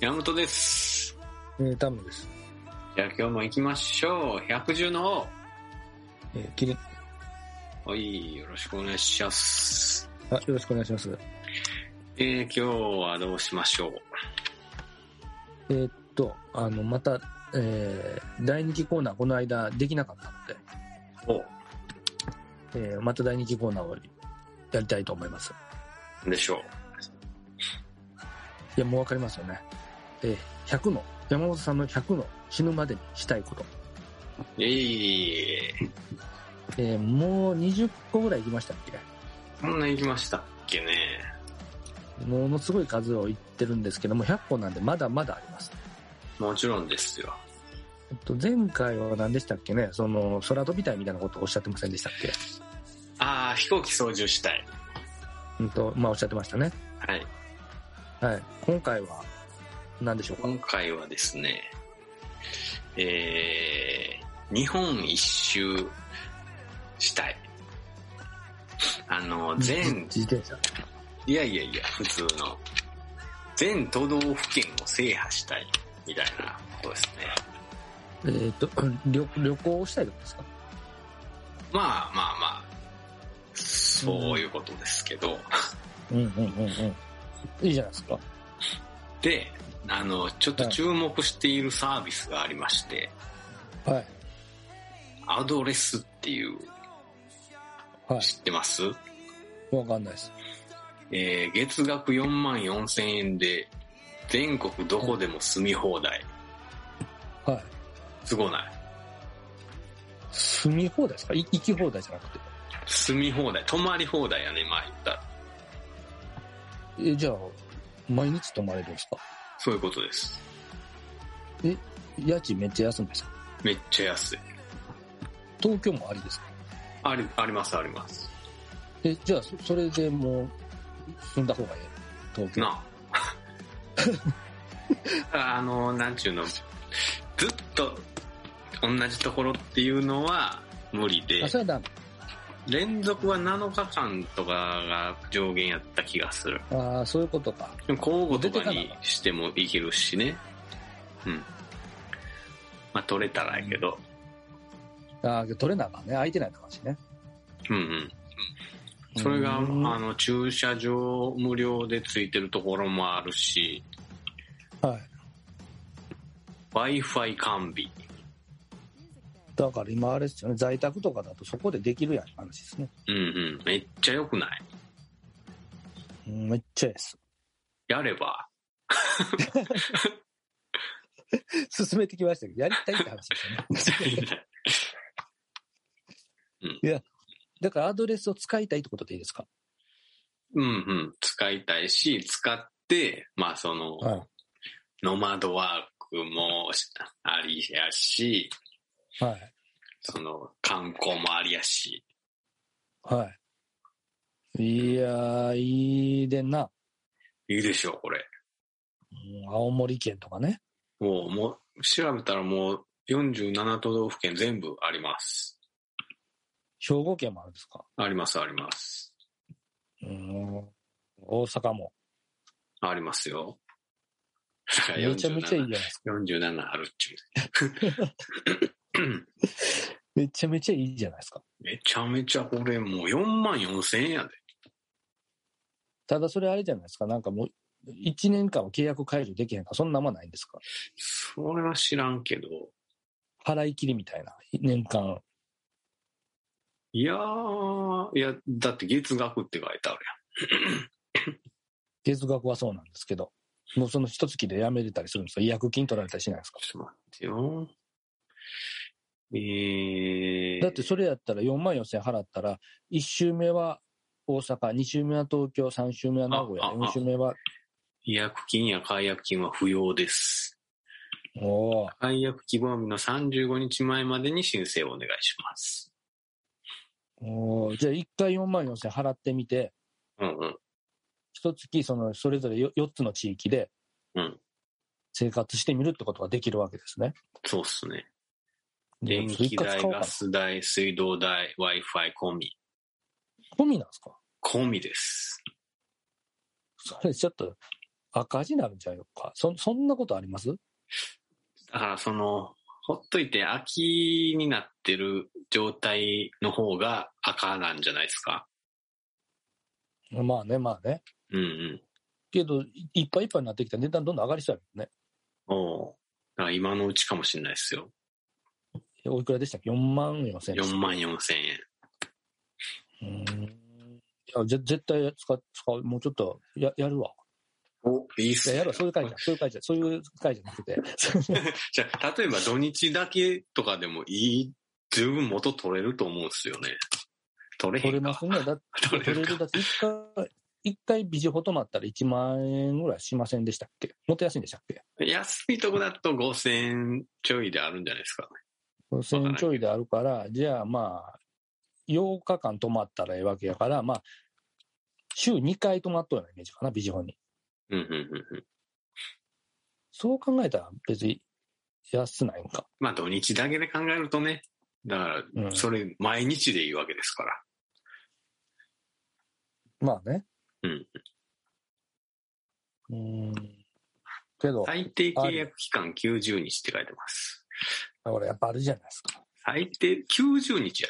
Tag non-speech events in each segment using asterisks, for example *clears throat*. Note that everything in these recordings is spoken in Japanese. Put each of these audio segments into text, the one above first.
宮本です。えー、タムです。じゃあ今日も行きましょう。百獣の王。えー、キリン。はい、よろしくお願いします。あ、よろしくお願いします。えー、今日はどうしましょう。えーっと、あの、また、えー、第2期コーナーこの間できなかったお、ので、えー、また第2期コーナーをやりたいと思います。なんでしょう。いや、もうわかりますよね。えー、100の、山本さんの100の死ぬまでにしたいこと。えい、えー、もう20個ぐらい行きましたっけそんな行きましたっけね。ものすごい数を言ってるんですけども、100個なんでまだまだあります。もちろんですよ。えっと、前回は何でしたっけねその、空飛びたいみたいなことをおっしゃってませんでしたっけあー、飛行機操縦したい。うんと、まあおっしゃってましたね。はい。はい、今回は何でしょうか今回はですね、えー、日本一周したい。あの、全自転車いやいやいや、普通の。全都道府県を制覇したい、みたいなことですね。えっ、と *coughs* 旅旅行をしたいってことですかまあまあまあ、そういうことですけど。うんうんうんうんいいじゃないですかで、あの、ちょっと注目しているサービスがありまして、はいアドレスっていう、はい知ってますわかんないですえー月額4万4千円で、全国どこでも住み放題。はいすごない住み放題ですかい行き放題じゃなくて住み放題、泊まり放題やね、まあ言ったら。えじゃあ毎日泊まれるんですかそういうことです。家賃めっちゃ安いんですかめっちゃ安い。東京もありですかあり、あります、あります。えじゃあそそれでもう住んだ方がいい東京な *laughs* あ。あの、なんちゅうの、ずっと同じところっていうのは無理であ、それはダメ連続は7日間とかが上限やった気がする。ああそういうことかでも交互とか出てにかなしてもいけるしね。うん。まあ、取れたらやけど。あー取れなあかんね空いてないかもしれねうんうん。それが、あうんの、駐車場無料でついてるところもあるし、はい Wi-Fi 完備。だから今あれですよね在宅とかだとそこでできるやん話ですねうんうん。めっちゃ良くないうんめっちゃええですやれば *laughs* *laughs* 進めてきましたけど、やりたいって話ですよね。 *laughs* だからアドレスを使いたいってことでいいですかうんうん。使いたいし、使って、まあその、はノマドワークもありやし、い。はい。その観光もありやし、はい。いやー、いいでんな。いいでしょう、これ。うん青森県とかね。もう、もう、調べたらもう47都道府県全部あります。兵庫県もあるんですかあります、あります。うん。大阪も。ありますよ。だから *laughs* めちゃめちゃいいじゃな47、いですか。 47あるっちゅう。めちゃめちゃいいじゃないですか。 *laughs* めちゃめちゃこれもう4万4千円やで。ただそれあれじゃないですか。なんかもう、1年間は契約解除できへんか、そんなもんないんですかそれは知らんけど、払い切りみたいな。年間。いやー、いや、だって月額って書いてある *clears throat* 月額はそうなんですけど。もうその一月で辞めれたりするんですか違約金取られたりしないですかやん。ちょっと待ってよ。えー、だってそれやったら4万4千払ったら、1週目は大阪、2週目は東京、3週目は名古屋、ああ4週目は、違約金や解約金は不要です。おー解約希望日の35日前までに申請をお願いします。おーじゃあ1回4万4千払ってみて、うんうん。一月そのそれぞれ 4, つの地域でうん生活してみるってことができるわけですね。そうっすね。で電追気加使代、おうかガなス代、水道代、Wi-Fi 込み。込みなんですか込みです。それちょっと赤字になるんちゃうか。そ、そんなことありますだからその、ほっといて空きになってる状態の方が赤なんじゃないですか。まあね、まあね。うんうん。けど、いっぱいいっぱいになってきたら値段どんどん上がりそうやもんね。おうだから今のうちかもしれないですよ。えおいくらでしたっけ ?4 万4千円。 4万4千円。うーん。いや、ぜ絶対使う、使う、もうちょっと、や、やるわ。お、いいっいすや、ねやるわ。そういう会じゃ、そういう会じゃ、そういう会じゃなくて。 *laughs* じゃあ例えば土日だけとかでもいい、十分元取れると思うんですよね。取れへ取れんまか。すね。だって、取れる取れかる。だって、一回、一回ビジホ泊まったら1万円ぐらいしませんでしたっけもっと安いんでしたっけ安いとこだと5000円ちょいであるんじゃないですかね。 ?1000 円ちょいであるから、じゃあまあ、8日間泊まったらええわけやから、まあ、週2回泊まっとるようなイメージかな、ビジホに。うんうんうんうん。そう考えたら別に安ないんか。まあ土日だけで考えるとね。だかうら、んそれ毎日でいいわけですから。まあね。うん。うーん。けど、最低契約期間90日って書いてます。ほら、やっぱあるじゃないですか。最低90日や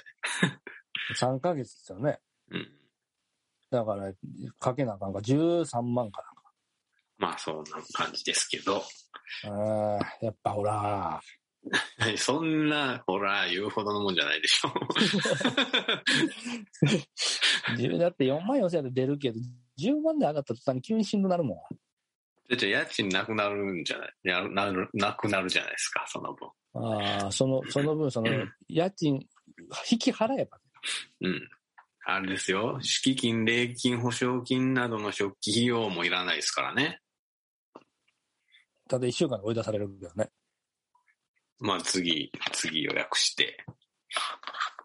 3ヶ月ですよね。で。うん。だから、かけなあかんか、13万かまあそんな感じですけど。な。あーやっぱほら、 *laughs* そんな、ほら、言うほどのもんじゃないでしょ。 *laughs* 10だって4万4千円で出るけど、10万で上がった途端に急にしんどなるもじん。ゃじゃ家賃なくなるんじゃないやるなるなくなるじゃないですか、その分。ああ、その、その分、その、家賃、引き払えば。うん。あれですよ、敷金、礼金、保証金などの食器費用もいらないですからね。ただ1週間で追い出されるけどね。まあ次、次予約して。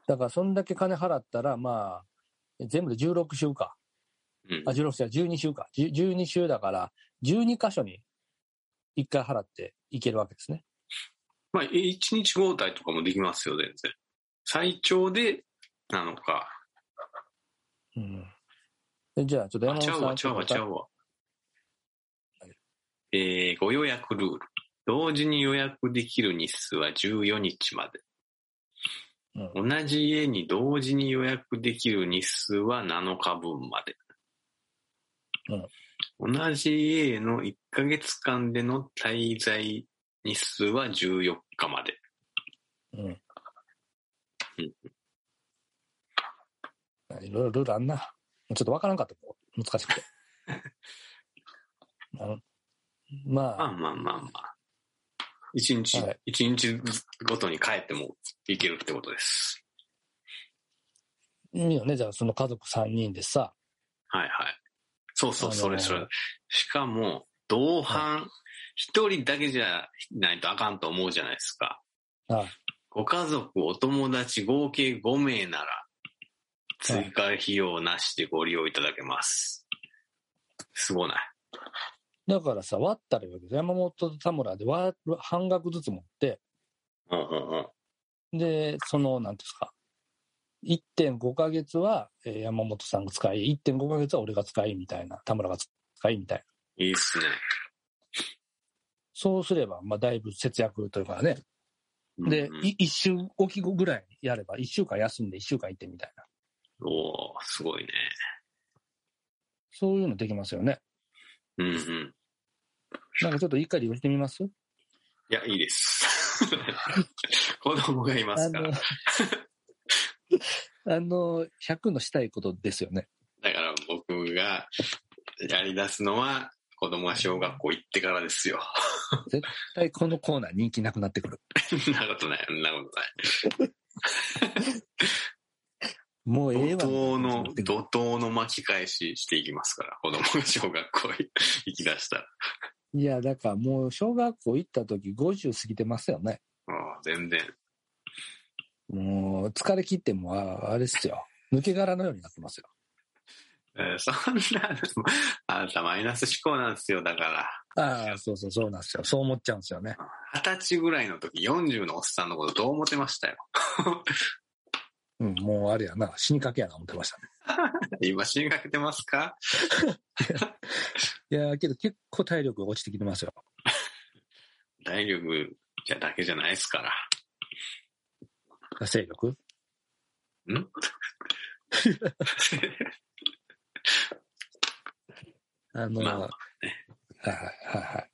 だから、そんだけ金払ったら、まあ、全部で16週か。うんあ、。16週や、12週か。10 12週だから、12箇所に1回払っていけるわけですね。まあ、1日交代とかもできますよ、全然。最長で、なのか。うん。でじゃあ、ちょっと山あ、本ちさゃうん。わ、ちゃうわ、ちゃうわ。えー、ご予約ルール。同時に予約できる日数は14日まで。うん同じ家に同時に予約できる日数は7日分まで。同じ家への1ヶ月間での滞在日数は14日まで。うん。いろいろルールあんな。ちょっとわからんかった。難し *laughs* くて。あのままあ、あまあまあまあ。一日はい、一、日ごとに帰ってもいけるってことです。いいよね。じゃあ、その家族3人でさ、はいはい。そうそう、あのーそれそれ。しかも、同伴、一、人だけじゃないとあかんと思うじゃないですか。はいご家族、お友達、合計5名なら、追加費用なしでご利用いただけます。すごない。だからさ、割ったらいいわけです。山本と田村で割る半額ずつ持って、うんうんうん。で、その、なんていうんですか、1.5ヶ月はえー山本さんが使い、1.5ヶ月は俺が使い、みたいな、田村が使い、みたいな。いいっすね。そうすれば、まあ、だいぶ節約というかね。でうんう、んい一週おき後ぐらいやれば、一週間休んで一週間行ってみたいな。おーすごいね。そういうのできますよね。うんうん。なんかちょっと一回利用してみますいや、いいです。 *laughs* 子供がいますから。だ、あの、100のしたいことですよね。から僕がやり出すのは、子供が小学校行ってからですよ。 *laughs* 絶対このコーナー人気なくなってくる。そんなことない、そんなことない。もうええわ。怒涛のなって、くる怒涛の巻き返ししていきますから、子供が小学校へ *laughs* 行き出したら。いや、だからもう小学校行った時50過ぎてますよね。もう全然。もう疲れ切ってもう、ああれっすよ。抜け殻のようになってますよ。えーそんな、 *laughs* あなたマイナス思考なんですよ、だから。ああ、そうそう、そうなんですよ。そう思っちゃうんですよね。二十歳ぐらいの時、40のおっさんのことどう思ってましたよ。うん、もうあれやな、死にかけやな思ってましたね。今、死にかけてますかいやーけど結構体力が落ちてきてますよ。体力じゃだけじゃないですから。 *laughs* 勢力んあの、まあはいはいはいはい。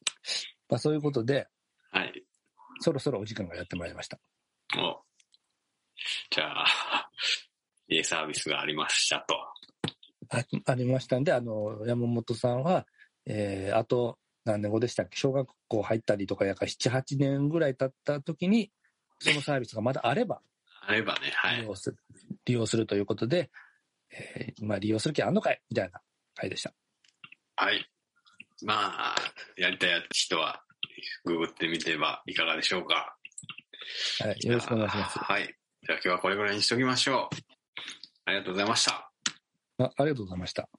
まあそういうことで、はい。そろそろお時間がやってまいりました。おじゃあ、デイサービスがありましたと。あありましたんで、あの、山本さんは、えーあと何年後でしたっけ小学校入ったりとかやから7、8年ぐらい経った時に、そのサービスがまだあれば、あればね、は利い。用する、利用するということで、えーまあ利用する気あんのかいみたいな回でした。はい。まあ、やりたい人は、ググってみてはいかがでしょうか。はい、よろしくお願いします。はい。じゃあ今日はこれぐらいにしときましょう。ありがとうございました。あありがとうございました。